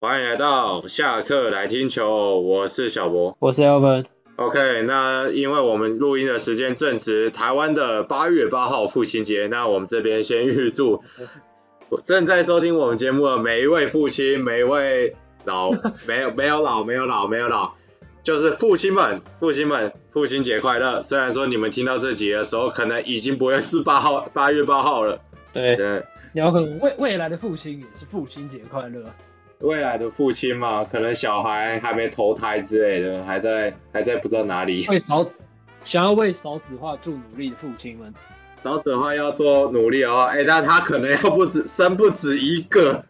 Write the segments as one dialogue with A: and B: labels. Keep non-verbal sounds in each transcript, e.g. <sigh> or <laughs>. A: 欢迎来到下课来听球，我是小博。
B: 我是 Elvin，
A: OK，那因为我们录音的时间正值台湾的八月八号父亲节，那我们这边先预祝正在收听我们节目的每一位父亲、每一位老 <laughs> 没有没有老没有老没有老，就是父亲们、父亲们，父亲节快乐！虽然说你们听到这集的时候，可能已经不会是八号八月八号了，
B: 对，
A: 对，
B: 有可能未未来的父亲也是父亲节快乐，
A: 未来的父亲嘛，可能小孩还没投胎之类的，还在还在不知道哪
B: <laughs>
A: 里。
B: 为少子想要为少子化做努力的父亲们，
A: 少子化要做努力哦，哎、但他可能要不止生不止一个，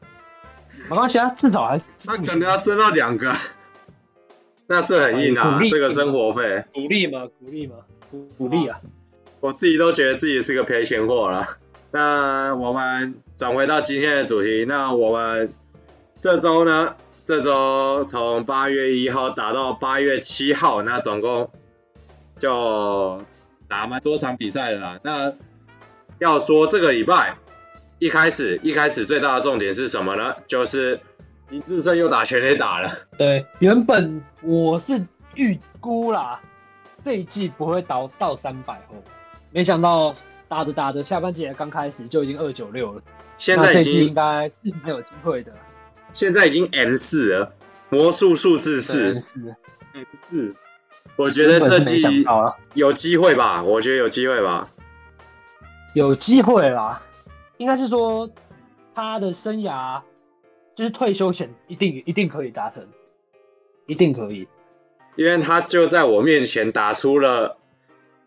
B: 没关系啊，至少还是
A: 他可能要生到两个，那是很硬啊
B: 鼓，励
A: 这个生活费，
B: 鼓励嘛，鼓励嘛，鼓鼓励啊，
A: 我自己都觉得自己是个赔钱货了。那我们转回到今天的主题，那我们这周呢，这周从八月一号打到八月七号，那总共就打蛮多场比赛的啦。那要说这个礼拜一开始，一开始最大的重点是什么呢？就是林志胜又打全垒打了。
B: 对，原本我是预估啦，这一季不会到到三百后，没想到打着打着下半季才刚开始就已经二九六了，
A: 现
B: 那
A: 在
B: 这
A: 已
B: 一季应
A: 经
B: 该是很有机会的，
A: 现在已经 M 四了，魔术数字四
B: 对是，
A: M 四，嗯我觉得
B: 原本
A: 这
B: 是没想
A: 季
B: 到啊，
A: 有机会吧，我觉得有机会吧。
B: 有机会啦，应该是说他的生涯就是退休前一定一定可以达成，一定可以。
A: 因为他就在我面前打出了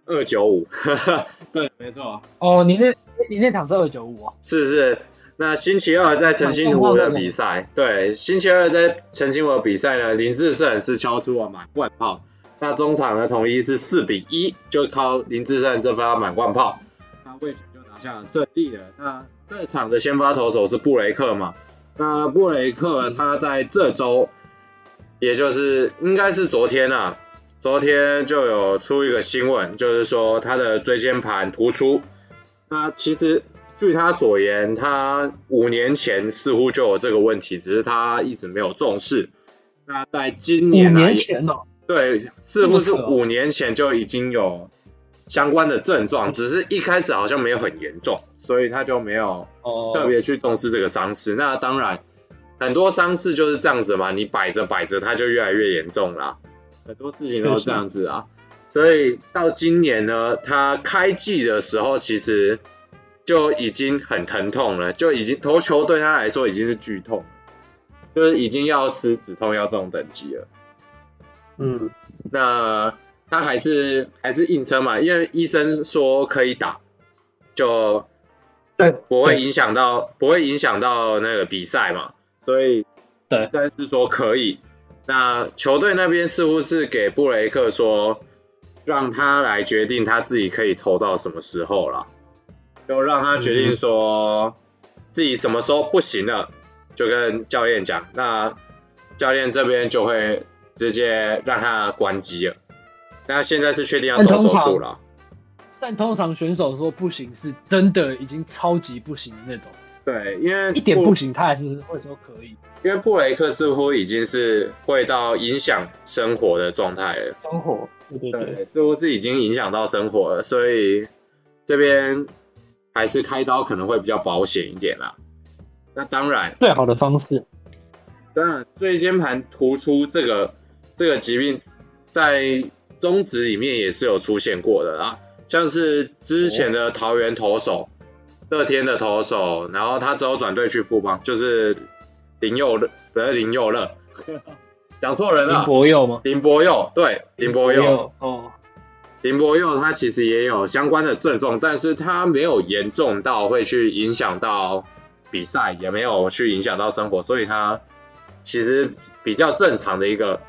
A: 二九五， <laughs> 对，没错，
B: 哦，你那你那场是二九五啊？
A: 是是。那星期二在陈星湖的比赛，对，星期二在陈星湖的比赛呢，林志胜是敲出了满贯炮，那中场的统一是四比一，就靠林志胜这发满贯炮，那魏权就拿下了胜利了。那这场的先发投手是布雷克嘛？那布雷克他在这周，也就是应该是昨天啊，昨天就有出一个新闻，就是说他的椎间盘突出。那其实据他所言，他五年前似乎就有这个问题，只是他一直没有重视。那在今
B: 五
A: 年啊，
B: 年
A: 也
B: 前哦，
A: 对，似乎是
B: 这么扯哦
A: 五年前就已经有相关的症状，只是一开始好像没有很严重，所以他就没有
B: 哦，
A: 特别去重视这个伤势。那当然，很多伤势就是这样子嘛，你摆着摆着，它就越来越严重啦。很多事情都是这样子啊。所以到今年呢，他开季的时候其实就已经很疼痛了，就已经投球对他来说已经是剧痛了，就是已经要吃止痛药这种等级了。
B: 嗯，
A: 那他还是还是硬撑嘛，因为医生说可以打，就
B: 对，
A: 不会
B: 对
A: 影响到不会影响到那个比赛嘛，所以
B: 对
A: 医生是说可以。那球队那边似乎是给布雷克说，让他来决定他自己可以投到什么时候了，就让他决
B: 嗯
A: 定说自己什么时候不行了，就跟教练讲，那教练这边就会直接让他关机了。那现在是确定要
B: 但
A: 动手
B: 通常
A: 术了，
B: 但通常选手说不行是真的已经超级不行的那种，
A: 对，因为
B: 一点
A: 布
B: 不行他还是会说可以。
A: 因为布雷克似乎已经是会到影响生活的状态了，
B: 生活，对对哦对，
A: 对，似乎是已经影响到生活了，所以这边还是开刀可能会比较保险一点啦。那当然，
B: 最好的方式，
A: 当然，椎间盘突出这个这个疾病，在中职里面也是有出现过的啦，像是之前的桃园投手，乐天的投手，然后他之后转队去富邦，就是林佑乐，不是林佑乐，讲错人
B: 林
A: 了，
B: 博佑吗？
A: 林柏佑，对，林柏佑，
B: 哦，
A: 林柏佑他其实也有相关的症状，但是他没有严重到会去影响到比赛，也没有去影响到生活，所以他其实比较正常的一个，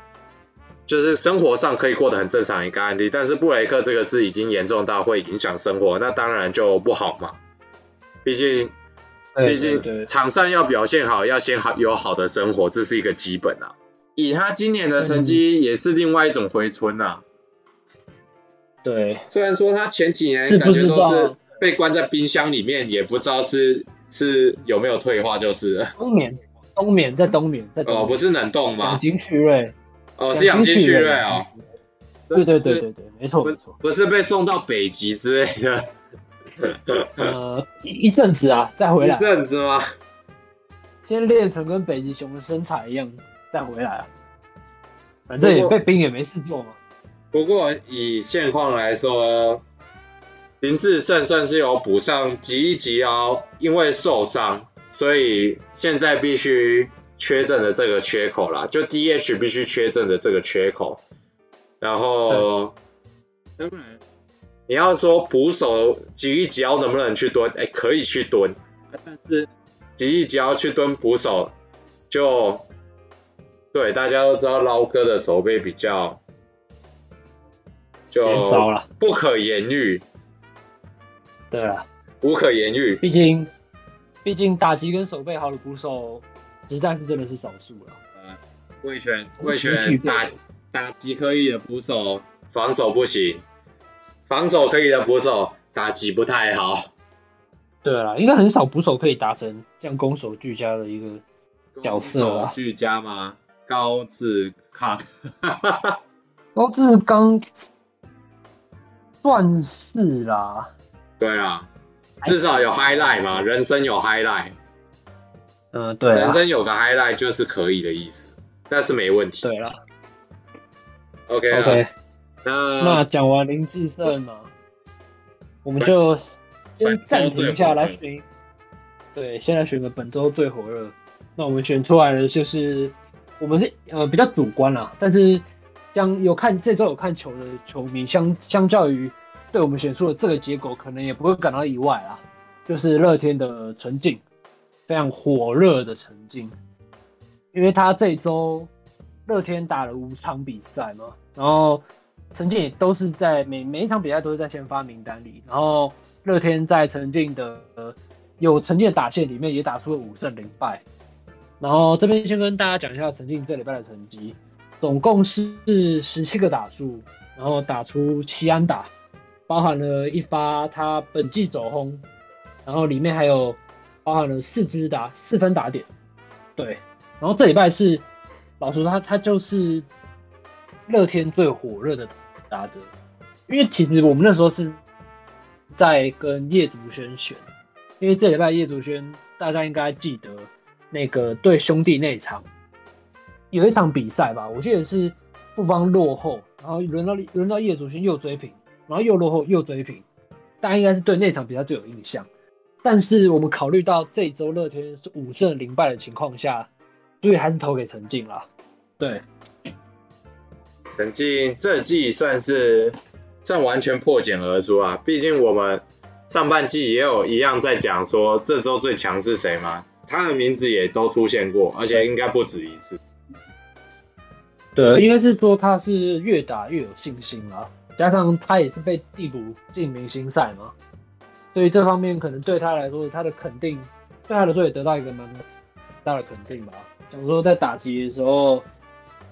A: 就是生活上可以过得很正常一个案例。但是布雷克这个是已经严重到会影响生活，那当然就不好嘛。毕竟，
B: 对
A: 毕
B: 对对
A: 竟场上要表现好，要先好有好的生活，这是一个基本啊。以他今年的成
B: 嗯
A: 绩，也是另外一种回春啊。
B: 对，
A: 虽然说他前几年
B: 是
A: 感
B: 不
A: 觉
B: 知
A: 都
B: 道
A: 是被关在冰箱里面，也不知道是是有没有退化，就是了
B: 中年冬眠，在冬眠，在冬眠
A: 哦，不是冷冻
B: 养
A: 吗？
B: 精蓄锐，
A: 哦，是养精蓄锐哦，
B: 对对对对对，没错没错。
A: 不是被送到北极之类的
B: 呃，一一阵子啊，再回
A: 一
B: 来，
A: 阵子吗？
B: 先练成跟北极熊的身材一样，再回来啊。反正也被冰也没事做嘛。
A: 不过以现况来说，林志胜算是有补上吉一吉哦，因为受伤，所以现在必须缺阵的这个缺口啦，就 DH 必须缺阵的这个缺口。然后，当然，你要说捕手吉一吉要能不能去蹲，哎，可以去蹲，但是吉一吉要去蹲捕手，就对大家都知道捞哥的手背比较。就
B: 变糟了，
A: 不可言喻，
B: 对啊，
A: 无可言喻。
B: 毕竟毕竟打击跟手背好的捕手，实在是真的是少数了。
A: 魏权
B: 无
A: 魏
B: 奇俱
A: 权
B: 备
A: 打打击可以的捕手，防守不行；防守可以的捕手，打击不太好。
B: 对啊，应该很少捕手可以达成这样攻守俱佳的一个。角色啊
A: 攻守俱佳吗？高志康，
B: 高志刚算是啦、
A: 对啊，至少有 highlight 嘛，人生有 highlight，、
B: 嗯，对
A: 人
B: 啊，
A: 生有个 highlight 就是可以的意思，那是没问题。
B: 对啦
A: OK 啊
B: o k 那
A: 那
B: 讲完林志胜呢，我们就先暂停一下来选，对，先来选个本周最火热。那我们选出来的就是我们是呃比较主观啦，但是相有看这周有看球的球迷，相相较于对我们选出的这个结果，可能也不会感到意外啦。就是乐天的陈静，非常火热的陈静，因为他这周乐天打了五场比赛嘛，然后陈静也都是在每每一场比赛都是在先发名单里，然后乐天在陈静的呃有陈静的打线里面也打出了五胜零败，然后这边先跟大家讲一下陈静这礼拜的成绩，总共是十七个打数，然后打出七安打，包含了一发他本季走轰，然后里面还有包含了四支打四分打点，对，然后这礼拜是老实说他他就是乐天最火热的打者，因为其实我们那时候是在跟叶竹轩选，因为这礼拜叶竹轩大家应该记得那个对兄弟那一场，有一场比赛吧，我记得是不方落后，然后轮到轮到叶竹轩又追平，然后又落后又追平，大家应该是对那场比赛最有印象。但是我们考虑到这周乐天是五胜零败的情况下，所以还是投给陈静啦。对，
A: 陈进这季算是算完全破茧而出啊，毕竟我们上半季也有一样在讲说这周最强是谁嘛，他的名字也都出现过，而且应该不止一次。
B: 对，啊应该是说他是越打越有信心啦，加上他也是被替补进明星赛嘛，所以这方面可能对他来说，他的肯定对他来说也得到一个蛮大的肯定吧。想说在打击的时候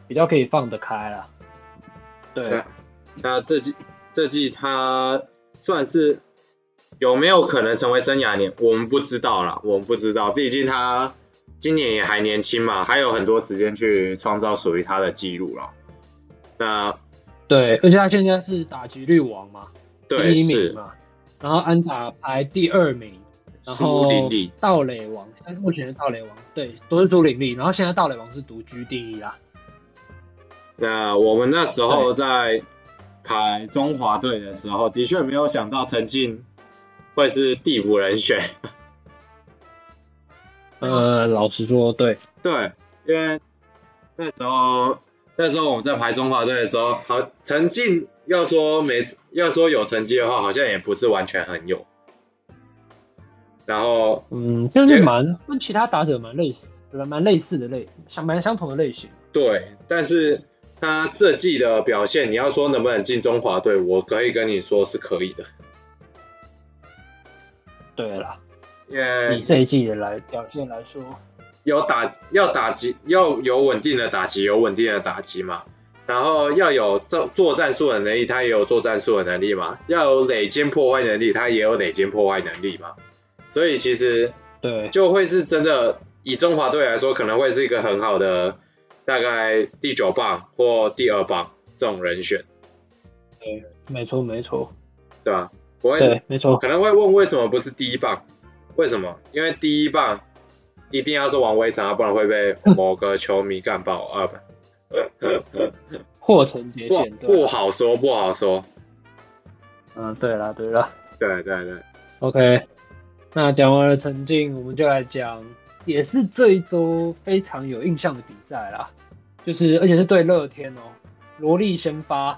B: 比较可以放得开啦。对
A: 对，那这季这季他算是有没有可能成为生涯年，我们不知道啦，我们不知道，毕竟他今年也还年轻嘛，还有很多时间去创造属于他的记录啦。那
B: 对，而且他现在是打击率王嘛，
A: 对
B: 第一名
A: 是
B: 嘛，然后安打排第二名，然后
A: 苏林立
B: 盗垒王，现在目前的盗垒王，对，都是朱林立，然后现在盗垒王是独居第一啊啦，
A: 那我们那时候在排中华队的时候，的确没有想到陈进会是地府人选。嗯
B: 呃，老实说，对，
A: <laughs> 对，因为那时候那时候我们在排中华队的时候，好陈进要说没要说有成绩的话，好像也不是完全很有。然后
B: 嗯，就是蛮跟其他打者蛮类似，蛮蛮类似的类，相蛮相同的类型，
A: 对，但是他这季的表现，你要说能不能进中华队，我可以跟你说是可以的，
B: 对啦，
A: 因为
B: 以这一季的来表现来说，
A: 有打要打击，要有稳定的打击，有稳定的打击嘛。然后要有做做战术的能力，他也有做战术的能力嘛。要有垒间破坏能力，他也有垒间破坏能力嘛。所以其实
B: 对，
A: 就会是真的以中华队来说，可能会是一个很好的大概第九棒或第二棒这种人选。
B: 对，没错没错，
A: 对吧、啊？不会
B: 对，没错。
A: 可能会问为什么不是第一棒？为什么？因为第一棒一定要是王威成啊，不然会被某个球迷干爆啊！
B: 破成界限，
A: 不好说，不好说。
B: 嗯，对了对了，
A: 对对对
B: ，OK。那讲完了陈静，我们就来讲，也是这一周非常有印象的比赛啦，就是而且是对乐天哦，罗莉先发。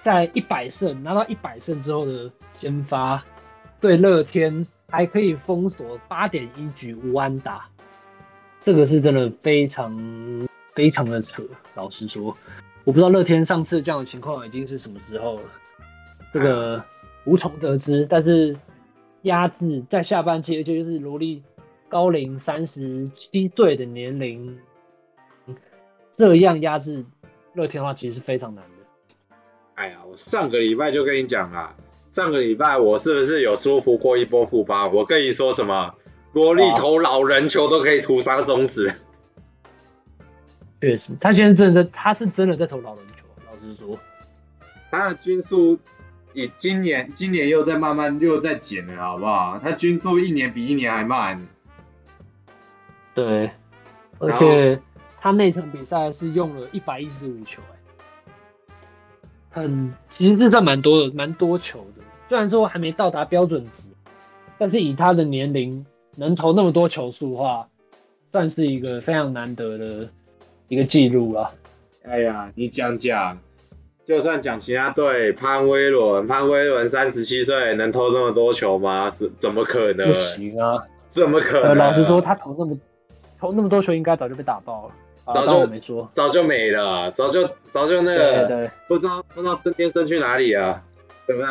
B: 在一百胜拿到一百胜之后的先发，对乐天还可以封锁八点一局无安打，这个是真的非常非常的扯。老实说，我不知道乐天上次这样的情况已经是什么时候了，这个无从得知。但是压制在下半期，就是罗莉高龄三十七岁的年龄，这样压制乐天的话，其实非常难的。
A: 哎呀，我上个礼拜就跟你讲啦，上个礼拜我是不是有舒服过一波富邦？我跟你说什么，萝莉头老人球都可以屠杀中指。
B: 确实，他现在真的，他是真的在投老人球。老实说，
A: 他的均速也今年今年又在慢慢又在减了，好不好？他均速一年比一年还慢。
B: 对，而且他那场比赛是用了一百一十五球、欸。嗯，其实是算蛮多的，蛮多球的。虽然说还没到达标准值，但是以他的年龄能投那么多球数的话，算是一个非常难得的一个记录啊了。
A: 哎呀，你讲讲，就算讲其他队，潘威伦，潘威伦三十七岁能投这么多球吗？是怎么可能？
B: 不行啊，
A: 怎么可能？呃、
B: 老实说，他投那么投那么多球，应该早就被打爆了。
A: 早
B: 就、啊、没说，
A: 早就没了，早就早就那个，
B: 对对
A: 不知道不知道升天升去哪里了，对不对？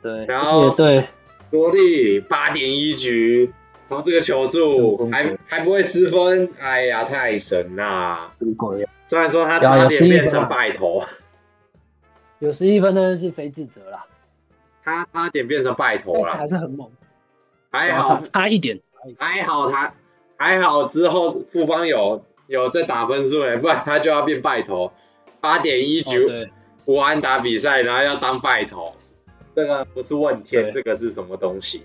B: 对，
A: 然后
B: 对，
A: 多利八点一局，然后这个球数还还不会失分，哎呀，太神啦！虽然说他
B: 啊
A: 差点变成败投，
B: 有十一分真的是非自责啦，
A: 他差点变成败投了，
B: 还是很猛，
A: 还好
B: 差一点，
A: 还好他还好之后富邦有。有在打分数哎，不然他就要变败头，八点一
B: 哦
A: 九五安打比赛，然后要当败头，这个不是问天，这个是什么东西？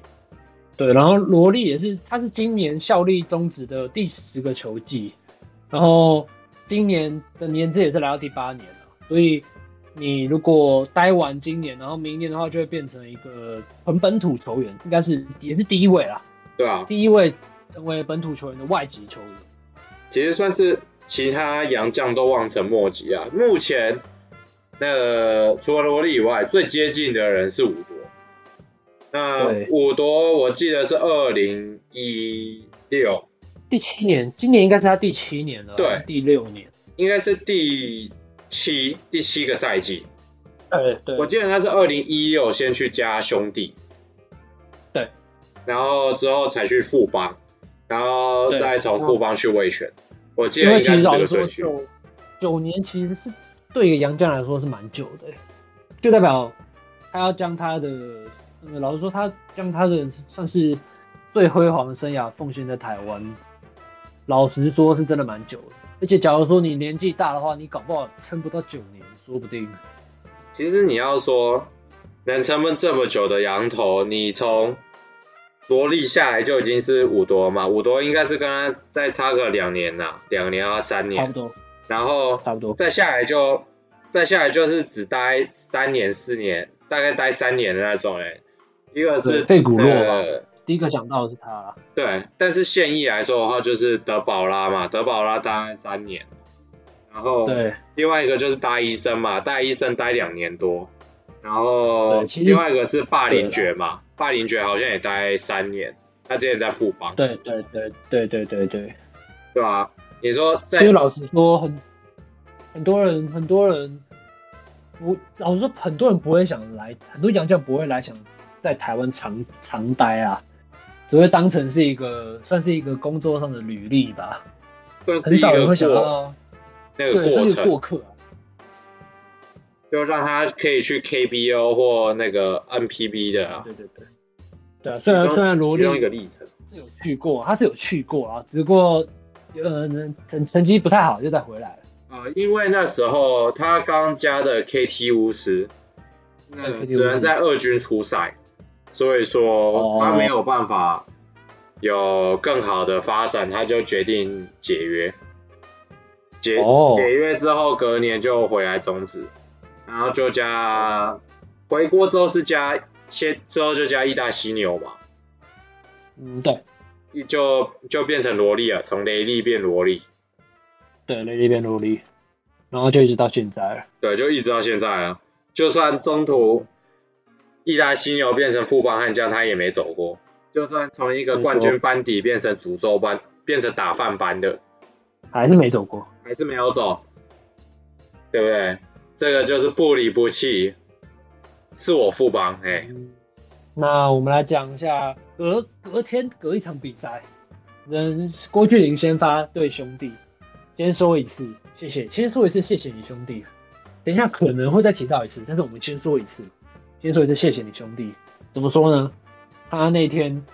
B: 对，然后罗莉也是，他是今年效力中职的第十个球季，然后今年的年资也是来到第八年了，所以你如果待完今年，然后明年的话，就会变成一个纯本土球员，应该是也是第一位啦，
A: 对啊，
B: 第一位成为本土球员的外籍球员。
A: 其实算是其他洋将都望尘莫及啊。目前，那个除了罗莉以外，最接近的人是五夺。那五夺我记得是二零一六，
B: 第七年，今年应该是他第七年了，
A: 对，
B: 第六年，
A: 应该是第七第七个赛季。
B: 对对，
A: 我记得他是二零一六先去加兄弟，
B: 对，
A: 然后之后才去富邦。然后再从富邦去卫权，我记得应该是这个顺序。
B: 九年其实是对一个杨将来说是蛮久的，欸就代表他要将他的，呃，老实说，他将他的算是最辉煌的生涯奉献在台湾。老实说，是真的蛮久的。而且，假如说你年纪大的话，你搞不好撑不到九年，说不定。
A: 其实你要说能撑闷这么久的羊头，你从。罗莉下来就已经是五夺嘛，五夺应该是跟他再差个两年呐，两年啊三年，
B: 差不多。
A: 然后
B: 差不多
A: 再下来就再下来就是只待三年四年，大概待三年的那种嘞。一个是
B: 贝古洛嘛，第一个想到的是他啦。
A: 对，但是现役来说的话，就是德保拉嘛，德保拉待三年，然后
B: 对，
A: 另外一个就是大医生嘛，大医生待两年多，然后另外一个是霸凌爵嘛。霸凌爵好像也待三年，他之前在富邦。
B: 对对对对对对对，
A: 对啊，你说在，
B: 因为老实说，很很多人很多人不，老实说，很多人不会想来，很多洋将不会来想在台湾长长待啊，只会当成是一个算是一个工作上的履历吧，很少人会想到
A: 那个过程
B: 过客、啊，
A: 就让他可以去 KBO 或那个 NPB 的、
B: 啊。对对对，对啊，虽然虽然罗莉
A: 用一个历程，
B: 这是有去过，他是有去过啊，只不过呃成成绩不太好，就再回来了。
A: 呃，因为那时候他刚加的 KT 巫师，那个只能在二军出赛，所以
B: 哦
A: 说他没有办法有更好的发展，他就决定解约。解
B: 哦
A: 解约之后，隔年就回来中职，然后就加回国之后是加先之后就加意大犀牛嘛，
B: 嗯对，
A: 就就变成萝莉了，从雷利变萝莉。
B: 对，雷利变萝莉，然后就一直到现在了。
A: 对，就一直到现在啊。就算中途意大犀牛变成副帮悍将，他也没走过。就算从一个冠军班底变成诅咒班，变成打饭班的，
B: 还是没走过，
A: 还是没有走，对不对？这个就是不离不弃，是我副帮哎、欸嗯。
B: 那我们来讲一下隔隔天隔一场比赛，人郭俊霖先发对兄弟。先说一次，谢谢。先说一次，谢谢你兄弟。等一下可能会再提到一次，但是我们先说一次。先说一次，谢谢你兄弟。怎么说呢？他那天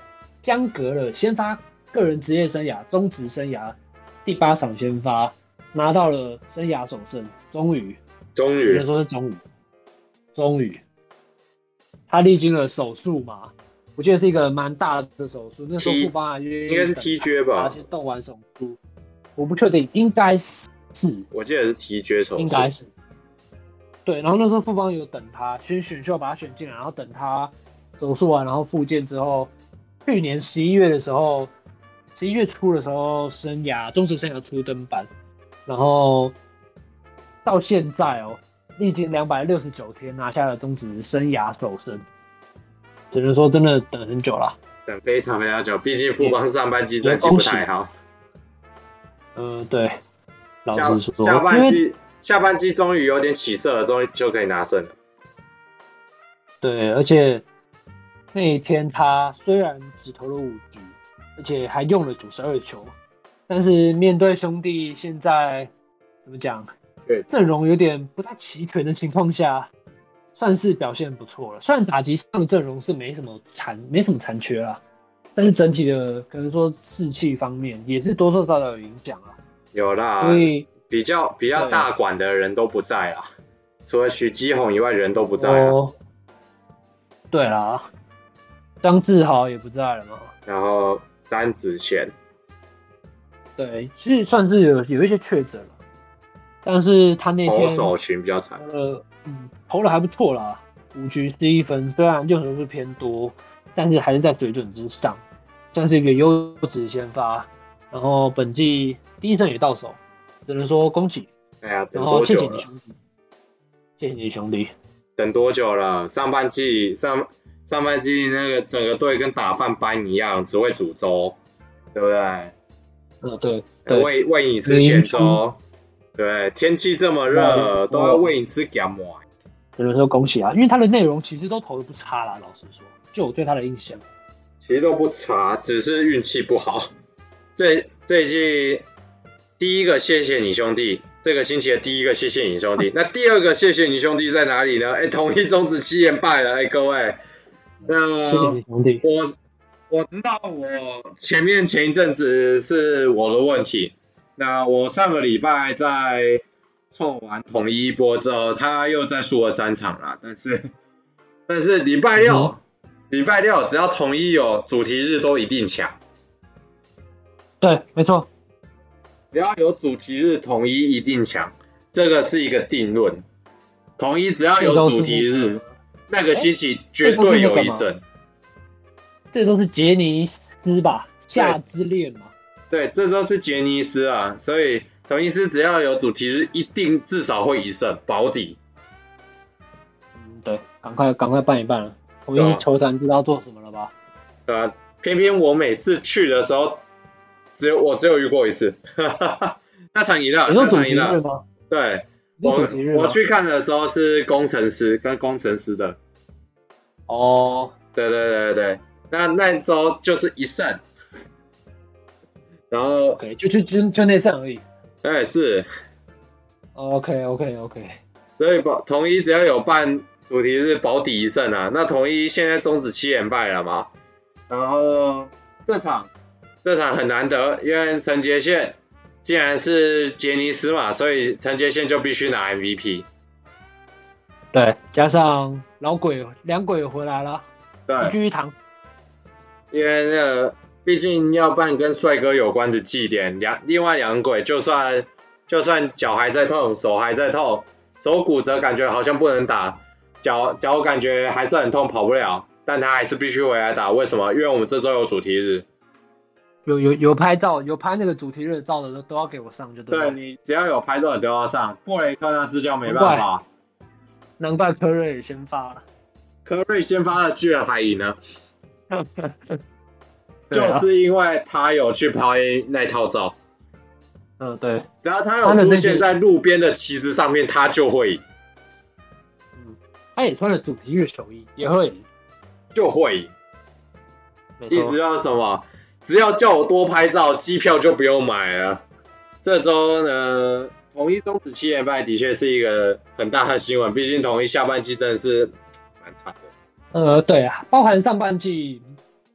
B: 相隔了先发个人职业生涯、中职生涯第八场先发，拿到了生涯首胜，终于，
A: 终于，
B: 能说是终于，终于，他历经了手术嘛，我记得是一个蛮大的手术，那时候不帮约
A: 应该是 T 撅吧，
B: 先动完手术。我不确定，应该是，
A: 我记得是提绝手，
B: 应该是。对，然后那时候富邦有等他，其实选秀把他选进来，然后等他手术完，然后复健之后，去年十一月的时候，十一月初的时候，生涯中职生涯初登板，然后到现在哦，历经两百六十九天，拿下了中职生涯首胜，只能说真的等很久了，
A: 等非常非常久，毕竟富邦上半季战绩不太好。
B: 嗯，对，老实说，
A: 下半季下半季终于有点起色了，终于就可以拿胜了。
B: 对，而且那一天他虽然只投了五局，而且还用了九十二球，但是面对兄弟现在怎么讲，
A: 对
B: 阵容有点不太齐全的情况下，算是表现不错了。虽然打击上的阵容是没什么残没什么残缺啊。但是整体的可能说士气方面也是多多少少有影响啊，
A: 有啦，
B: 所以
A: 比较比较
B: 啊
A: 大管的人都不在啦，除了许基宏以外人都不在了、哦。
B: 对啦，张志豪也不在了嘛。
A: 然后詹子贤，
B: 对，其实算是有有一些确诊了，但是他那天
A: 投手群比较惨，
B: 呃，嗯，投的还不错啦，五局十一分，虽然六十分偏多。但是还是在水准之上，算是一个优质先发。然后本季第一胜也到手，只能说恭喜。
A: 哎呀，
B: 然后谢谢你
A: 了？
B: 兄弟，谢谢你兄弟。
A: 等多久了？上半季上上半季那个整个队跟打饭班一样，只会煮粥，对不对？
B: 嗯，对。对
A: 喂喂你吃咸粥，对，天气这么热，都
B: 哦
A: 要喂你吃咸馍。
B: 只能说恭喜啊，因为他的内容其实都投的不差啦，老实说。就我对他的印象，
A: 其实都不差，只是运气不好。这这一季第一个谢谢你兄弟，这个星期的第一个谢谢你兄
B: <laughs>
A: 弟。那第二个谢谢你兄弟在哪里呢？哎，统一终止七连败了，哎，各位，那啊
B: 谢谢你兄弟。
A: 我我知道我前面前一阵子是我的问题，那我上个礼拜在错完统一一波之后，他又再输了三场啦，但是 <laughs> 但是礼拜六。嗯礼拜六只要统一有主题日都一定抢，
B: 对，没错，
A: 只要有主题日统一一定抢，这个是一个定论。统一只要有主题日，那个星期绝对有一胜。
B: 这都是杰尼斯吧？夏之恋嘛？
A: 对，这都是杰尼斯啊，所以统一斯只要有主题日，一定至少会一胜保底。
B: 嗯，对，赶快赶快办一办了。我用球团知道做什么了吧？
A: 对啊，偏偏我每次去的时候，只有我只有遇过一次， <laughs> 那场赢了，
B: 你
A: 那
B: 主
A: 场赢
B: 日
A: 了。
B: 吗？
A: 对，
B: 你主
A: 我
B: 题日吗
A: 我去看的时候是工程师跟工程师的，
B: 哦，
A: 对对对对对，那那周就是一胜，然后
B: 对，就去就就那上而已。
A: 哎是，
B: OK OK OK，
A: 所以保统一只要有办主题日保底一胜啊，那统一现在终止七连败了嘛，然后。这场这场很难得，因为陈杰宪既然是杰尼斯嘛，所以陈杰宪就必须拿 MVP。
B: 对，加上老鬼两鬼回来了，
A: 对，
B: 继续堂，
A: 因为那个毕竟要办跟帅哥有关的祭典，两另外两鬼就算就算脚还在痛，手还在痛，手骨折感觉好像不能打，脚脚感觉还是很痛，跑不了，但他还是必须回来打。为什么？因为我们这周有主题日，
B: 有有有拍照，有拍那个主题日照的都都要给我上就对了。
A: 对你只要有拍照的都要上，布雷克那次就没办法。
B: 难怪科瑞也先发了，
A: 科瑞先发了居然还赢了。
B: <laughs> 啊
A: 就是因为他有去拍那套照，
B: 嗯，对，
A: 只要他有出现在路边的旗子上面，他就会赢。
B: 嗯，他也穿了主题日球衣，也会赢，
A: 就会赢。一直
B: 要
A: 要什么？只要叫我多拍照，机票就不用买了。这周呢，统一终止七连败的确是一个很大的新闻，毕竟统一下半季真的是蛮惨的。
B: 呃，对啊，包含上半季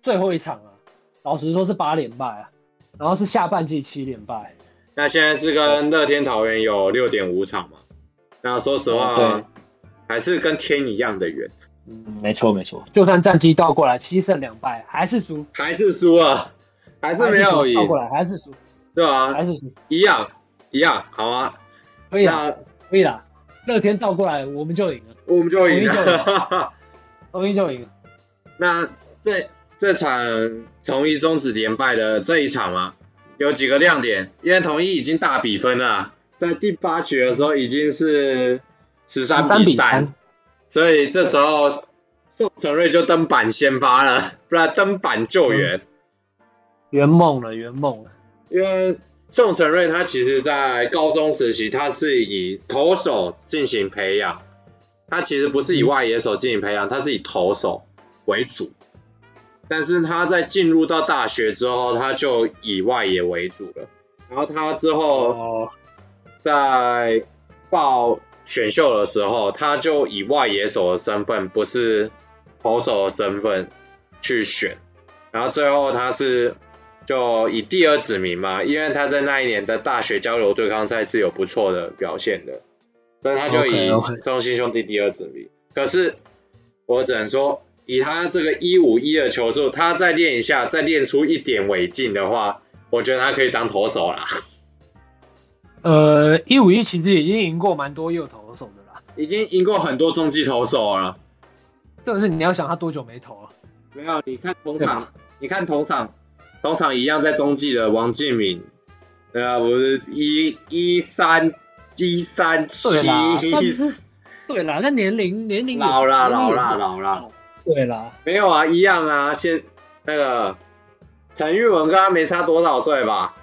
B: 最后一场啊，老实说是八连败啊，然后是下半季七连败，
A: 那现在是跟乐天桃园有六点五场嘛？那说实话，
B: 嗯
A: 还是跟天一样的远，
B: 嗯，没错没错，就算战绩倒过来七胜两败，还是输，
A: 还是输了，还
B: 还
A: 是没有
B: 输倒
A: 赢
B: 过，来还是输，
A: 对吧、
B: 还是输，
A: 一样一样，好啊。
B: 可以啦，
A: 那
B: 可以啦，乐天照过来我们就赢了，
A: 我们就赢
B: 同意就
A: 了。
B: 我们就赢了，
A: 那这这场统一终止连败的这一场嘛，有几个亮点，因为统一已经大比分了，啊在第八局的时候已经是十三
B: 13比
A: 三
B: 3，
A: 所以这时候宋承瑞就登板先发了，不然登板救援，
B: 圆梦了圆梦了，
A: 因为。宋承瑞他其实，在高中时期，他是以投手进行培养，他其实不是以外野手进行培养，他是以投手为主。但是他在进入到大学之后，他就以外野为主了。然后他之后
B: 哦，
A: 在报选秀的时候，他就以外野手的身份，不是投手的身份去选。然后最后他是就以第二指名嘛，因为他在那一年的大学交流对抗赛是有不错的表现的，所以他就以
B: OK，OK
A: 中心兄弟第二指名。可是我只能说，以他这个一五一的球速，他再练一下，再练出一点尾劲的话，我觉得他可以当投手啦。
B: 呃，一五一其实已经赢过蛮多右投手的啦，
A: 已经赢过很多中继投手了。
B: 这个是你要想他多久没投了，
A: 没有，你看同
B: 对
A: 场，你看同场，同场一样在中继的王敬敏，对啊，我是一一三一三七，
B: 对啦，但是对啦，那年龄年龄
A: <laughs>
B: 也
A: 老啦
B: 年龄
A: 老
B: 也
A: 啦
B: 是
A: 老啦，
B: 对啦，
A: 没有啊，一样啊，现那个陈玉文跟他没差多少岁吧？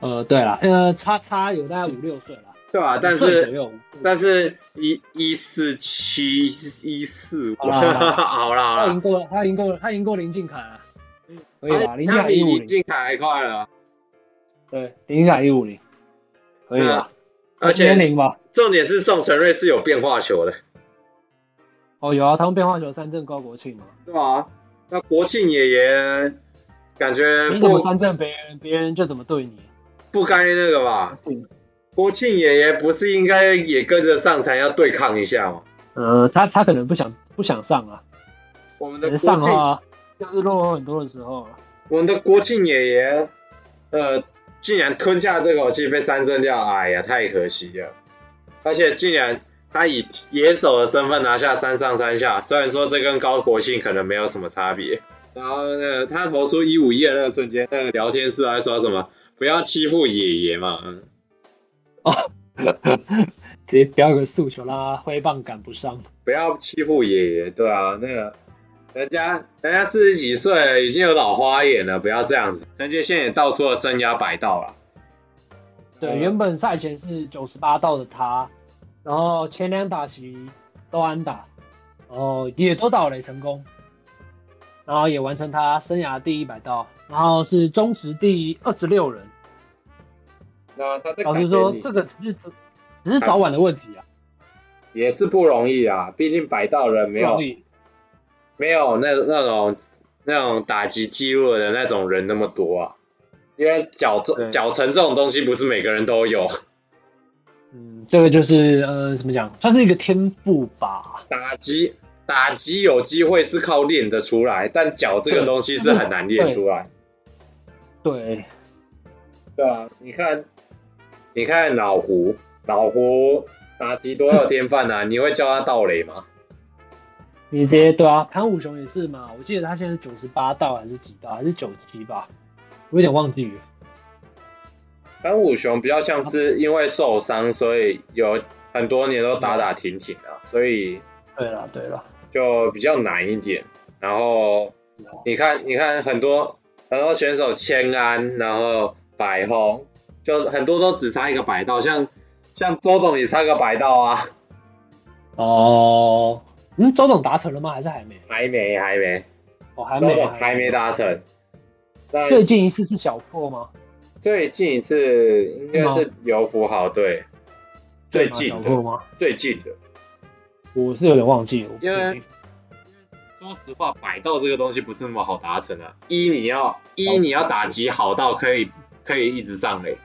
B: 呃，对啦，呃，差差有大概五六岁啦，
A: 对吧、啊？但
B: 五岁左
A: 是
B: 右
A: 但是一一四七一四五，
B: 好啦好啦
A: <laughs> 好啦
B: 哎他
A: 好
B: 赢
A: 啦，
B: 过他赢过他赢过林敬凯了，可以啦，林敬
A: 嗯啊他
B: 凯
A: 比
B: 一五
A: 林
B: 零，
A: 敬凯还快了，
B: 对，林敬凯一五零，可以啦，
A: 啊而且
B: 年龄吧，
A: 重点是宋承瑞是有变化球的，
B: 哦，有啊，他们变化球三振高国庆嘛，
A: 对吧？那国庆爷爷感觉
B: 你怎么
A: 不
B: 三振别人，别人就怎么对你，
A: 不该那个吧？国庆爷爷不是应该也跟着上场要对抗一下吗？
B: 呃，他他可能不想不想上啊，
A: 我们
B: 可
A: 的国
B: 能上的啊
A: 庆，
B: 话就是落后很多的时候啊了，
A: 我们的国庆爷爷，呃，竟然吞下这口气被三振掉，哎呀，太可惜了！而且竟然他以野手的身份拿下三上三下，虽然说这跟高国庆可能没有什么差别。然后呢，他投出一五一的那个瞬间，那个聊天室还说什么“不要欺负爷爷”嘛，嗯
B: 直接标个诉求啦，挥棒赶不上，
A: 不要欺负爷爷，对啊，那个人家人家四十几岁了，已经有老花眼了，不要这样子。陈杰宪也道出了生涯百道了，
B: 对，
A: 嗯
B: 原本赛前是九十八道的他，然后前两打席都安打，然后也都盗垒成功，然后也完成他生涯第一百道，然后是中职第二十六人。
A: 那他在
B: 老
A: 改
B: 实
A: 变
B: 说，
A: 你
B: 这个只是只是早晚的问题啊，
A: 也是不容易啊，毕竟百道人没
B: 不
A: 有
B: 容易
A: 没有那那种那种打击记录的那种人那么多啊，因为脚这
B: 对
A: 脚程这种东西不是每个人都有，
B: 嗯，这个就是呃，怎么讲，算是一个天赋吧。
A: 打击打击有机会是靠练得出来，但脚这个
B: 对
A: 东西是很难练出来。
B: 对，
A: 对啊，你看，你看老胡，老胡打击多少天饭 <laughs> 啊？你会教他盗垒吗？
B: 你直接对啊，潘武雄也是嘛，我记得他现在九十八道还是几道，还是九七吧，我有点忘记了。
A: 但武雄比较像是因为受伤，所以有很多年都打打停停啊，所以
B: 对了对了，
A: 就比较难一点。然后你看，你看很多很多选手千安，然后百红，就很多都只差一个百道，像像周董也差个百道啊，
B: 哦，嗯，周董达成了吗？还是还没？
A: 还没还没，
B: 哦，还
A: 周
B: 没，
A: 董还没。达成。那
B: 最近一次是小破吗？
A: 最近一次应该
B: 是
A: 是游福豪队，最近
B: 小破
A: 的
B: 吗？
A: 最近的。
B: 我是有点忘记了，我不
A: 因为
B: 确定
A: 说实话，百道这个东西不是那么好达成的、一你要一你要打击好到可以可以一直上垒，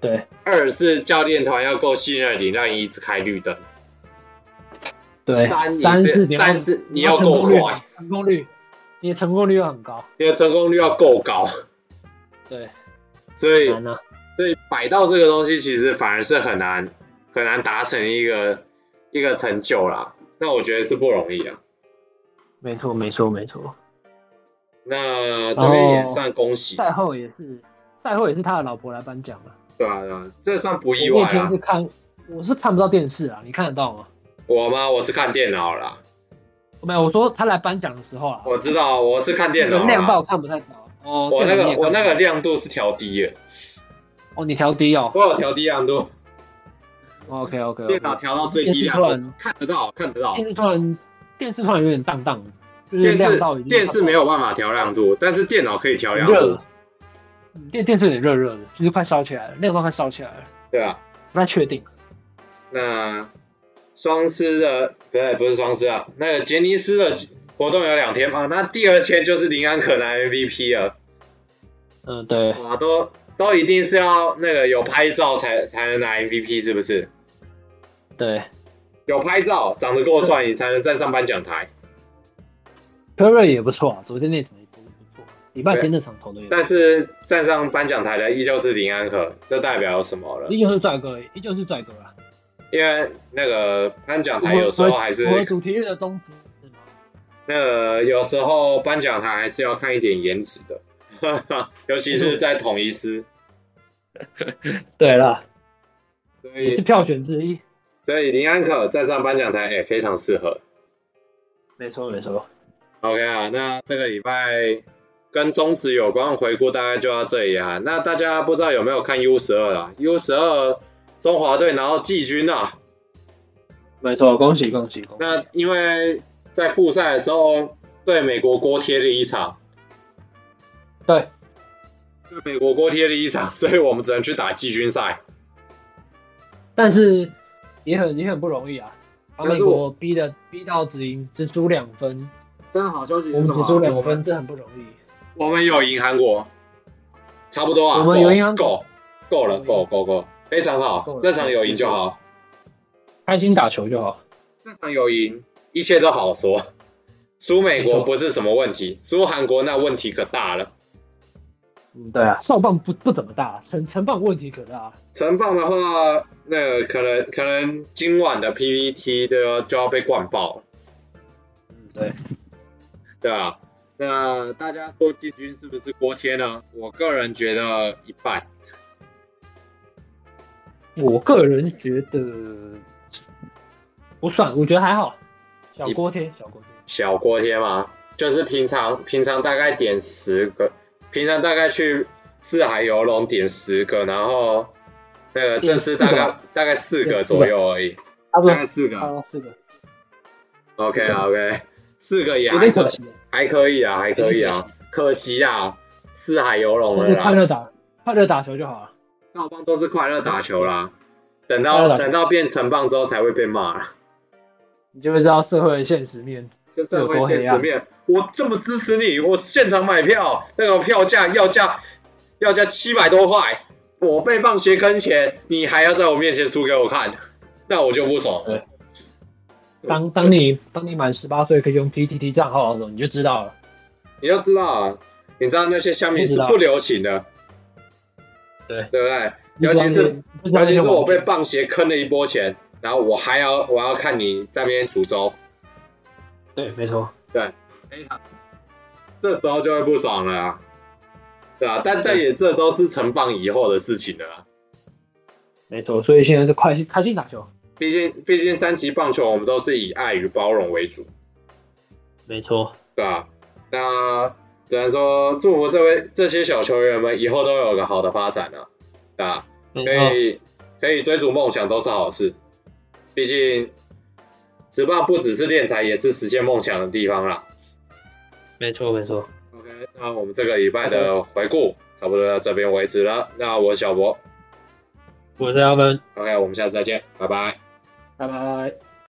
B: 对
A: 二是教练团要够信任你，让你一直开绿灯。
B: 对，
A: 三
B: 三
A: 你
B: 是
A: 是
B: 你要
A: 三是你要
B: 成
A: 够
B: 功率
A: 快，
B: 成功率，你的成功率要很高。
A: 你的成功率要够高。
B: 对，
A: 所以
B: 难啊，
A: 所以摆到这个东西，其实反而是很难很难达成一个一个成就啦。那我觉得是不容易啊。
B: 没错没错没错。
A: 那这边也
B: 哦
A: 算恭喜，
B: 赛后也是，赛后也是他的老婆来颁奖了。
A: 对啊，对啊，这算不
B: 我
A: 意外
B: 那天
A: 啦
B: 是。看，我是看不到电视啊，你看得到吗？
A: 我吗？我是看电脑啦，
B: 没有，我说他来颁奖的时候啊，
A: 我知道我是看电脑
B: 能量
A: 啦。
B: 报看不太到。哦，
A: 我那
B: 这你
A: 个
B: 也看不
A: 我那个
B: 到
A: 亮度是调低了，
B: 哦，你调低哦。
A: 我有调低亮度，
B: OK OK
A: 电脑
B: OK。
A: 调到最
B: 嗯电
A: 低
B: 视突
A: 亮度
B: 然，
A: 看得到看得到。
B: 电视突然，电视突然有点荡荡的，就是
A: 电
B: 亮
A: 视
B: 到已经
A: 电视没有办法调亮度，但是电脑可以调亮
B: 热
A: 度
B: 了，，嗯电电视有点热热的，其实快烧起来了，亮到快烧起来了，
A: 对啊。
B: 不太确定。
A: 那双狮的不对，不是双狮啊，那个杰尼斯的活动有两天嘛，那第二天就是林安可拿 MVP 了，
B: 嗯，对，
A: 哇，都都一定是要那个有拍照才才能拿 MVP 是不是？
B: 对，
A: 有拍照，长得够帅，你才能站上颁奖台。
B: 科瑞也不错啊，昨天那场也投的不错，礼拜天那场投的也不错，
A: 但是站上颁奖台的依旧是林安可，这代表什么了？
B: 依旧是帅哥，依旧是帅哥啊。
A: 因为那个颁奖台有时候还是
B: 符合主题日的宗旨是吗？
A: 那个有时候颁奖台还是要看一点颜值的， <laughs> 尤其是在统一师，
B: 对了，
A: 所
B: 也是
A: 以
B: 票选之一，
A: 所以林安可站上颁奖台也、非常适合。
B: 没错没错。
A: OK 啊，那这个礼拜跟中职有关的回顾大概就到这里啊。那大家不知道有没有看 U 十二啦？U 十二中华队然后季军啊，
B: 没错，恭喜恭喜恭喜！
A: 那因为在复赛的时候对美国锅贴了一场，
B: 对，
A: 对美国锅贴了一场，所以我们只能去打季军赛。
B: 但是也很也很不容易啊，把
A: 但
B: 美
A: 是我
B: 国逼的逼到只赢只输两分，
A: 但是好消息
B: 我们只输两分，这很不容易。
A: 我们有赢韩国，差不多啊，
B: 我们
A: 够
B: 有赢韩
A: 够
B: 国
A: 够了，
B: 我
A: 够
B: 们
A: 够够，非常
B: 够
A: 好，
B: 了嗯
A: 这场有赢就好，
B: 开心打球就好。
A: 这场有赢，一切都好说。 <laughs> 输美
B: 没
A: 国
B: 错
A: 不是什么问题，输韩国那问题可大了。
B: 嗯，对啊，哨棒不不怎么大，成成棒问题可大。
A: 陈放的话，那个可能可能今晚的 PPT 都要就要被灌爆了。
B: 嗯，对，
A: 对啊，那大家说季军是不是锅贴呢？我个人觉得一半，
B: 我个人觉得不算，我觉得还好。小锅贴，小锅贴，
A: 小锅贴嘛，就是平常平常大概点十个，平常大概去四海游龙点十个，然后那个这次大
B: 点四
A: 概
B: 个
A: 大概四个左右而已，
B: 差不
A: 大
B: 多
A: 概四
B: 差不
A: 个。
B: 多四个，
A: OK 啊 OK，四个也
B: 有
A: 还
B: 点可
A: 可
B: 惜，
A: 还可以啊，还可以啊，可惜啊，四海游龙
B: 就
A: 了
B: 是啊快
A: 啦。
B: 乐打快乐打球就好啊了。
A: 少棒都是快乐打球啦，等
B: 快
A: 到
B: 乐打球
A: 等到变成棒之后才会被骂啦。
B: 你就会知道社会的现实面。
A: 跟社会
B: 啊
A: 现实面，我这么支持你，我现场买票，那个票价要价要价七百多块，我被棒鞋坑钱，你还要在我面前输给我看，那我就不爽。
B: 对，当当你当你满十八岁可以用 PTT 账号的时候，你就知道了。
A: 你要知道啊，你知道那些乡民是不留情的，
B: 对
A: 对不对？尤其是尤其是我被棒鞋坑了一波钱，然后我还要我要看你在那边煮粥。
B: 对，没错，
A: 对，非常，这时候就会不爽了、啊，对啊，但但也这都是成棒以后的事情了、啊，
B: 没错，所以现在是快开心打球，
A: 毕竟毕竟三级棒球我们都是以爱与包容为主，
B: 没错，
A: 对啊，那只能说祝福这位这些小球员们以后都有个好的发展了、啊，对吧？可以可以追逐梦想都是好事，毕竟。职棒不只是练财，也是实现梦想的地方啦。
B: 没错，没错。
A: OK，那我们这个礼拜的回顾差不多到这边为止了。那我是小博，
B: 我是阿文。
A: OK，我们下次再见，拜拜，
B: 拜拜。